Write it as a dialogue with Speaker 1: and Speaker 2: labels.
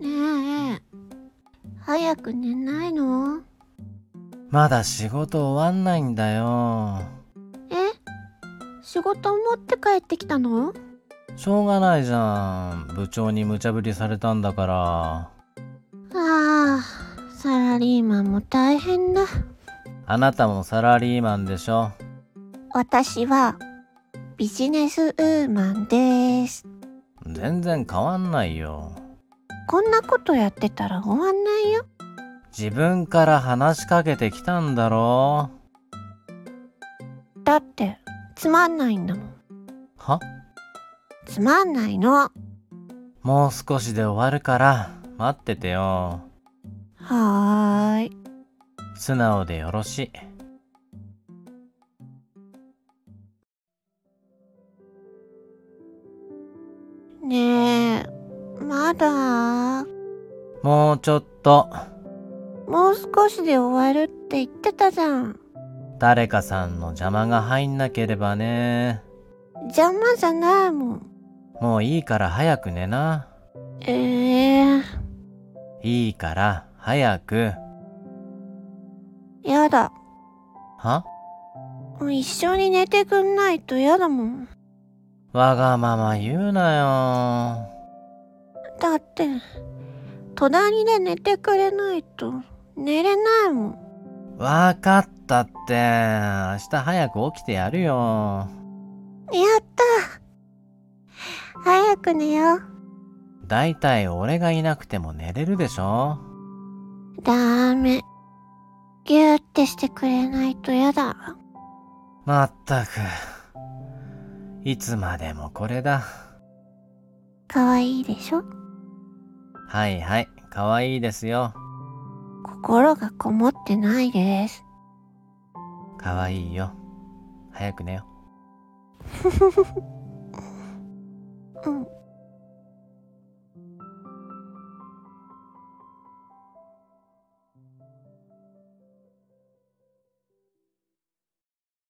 Speaker 1: ねえ早く寝ないの
Speaker 2: まだ仕事終わんないんだよ。
Speaker 1: え仕事持って帰ってきたの
Speaker 2: しょうがないじゃん。部長に無茶ぶりされたんだから。
Speaker 1: ああサラリーマンも大変だ
Speaker 2: あなたもサラリーマンでしょ。
Speaker 1: 私はビジネスウーマンです
Speaker 2: 全然変わんないよ。
Speaker 1: こんなことやってたら終わんないよ
Speaker 2: 自分から話しかけてきたんだろ
Speaker 1: だってつまんないんだもん
Speaker 2: は
Speaker 1: つまんないのは
Speaker 2: もう少しで終わるから、待っててよ。
Speaker 1: ーい
Speaker 2: 素直でよろしい。
Speaker 1: ねえまだ
Speaker 2: もうちょっと、
Speaker 1: もう少しで終わるって言ってたじゃん
Speaker 2: 誰かさんの邪魔が入んなければね。
Speaker 1: 邪魔じゃないもん
Speaker 2: もういいから早く寝な。
Speaker 1: ええ
Speaker 2: いいから、早く。
Speaker 1: やだ
Speaker 2: は
Speaker 1: もう一緒に寝てくんないとやだもん
Speaker 2: わがまま言うなよ。
Speaker 1: だって隣で寝てくれないと寝れないもん
Speaker 2: わかったって。明日早く起きてやるよ。
Speaker 1: やった早く寝よう
Speaker 2: だいたい俺がいなくても寝れるでしょ
Speaker 1: ダメギューってしてくれないとやだ
Speaker 2: まったく。いつまでもこれだ。
Speaker 1: かわいいでしょ
Speaker 2: はいはい、かわいいですよ。
Speaker 1: 心がこもってないです
Speaker 2: かわいいよ。早く寝よ。
Speaker 1: うん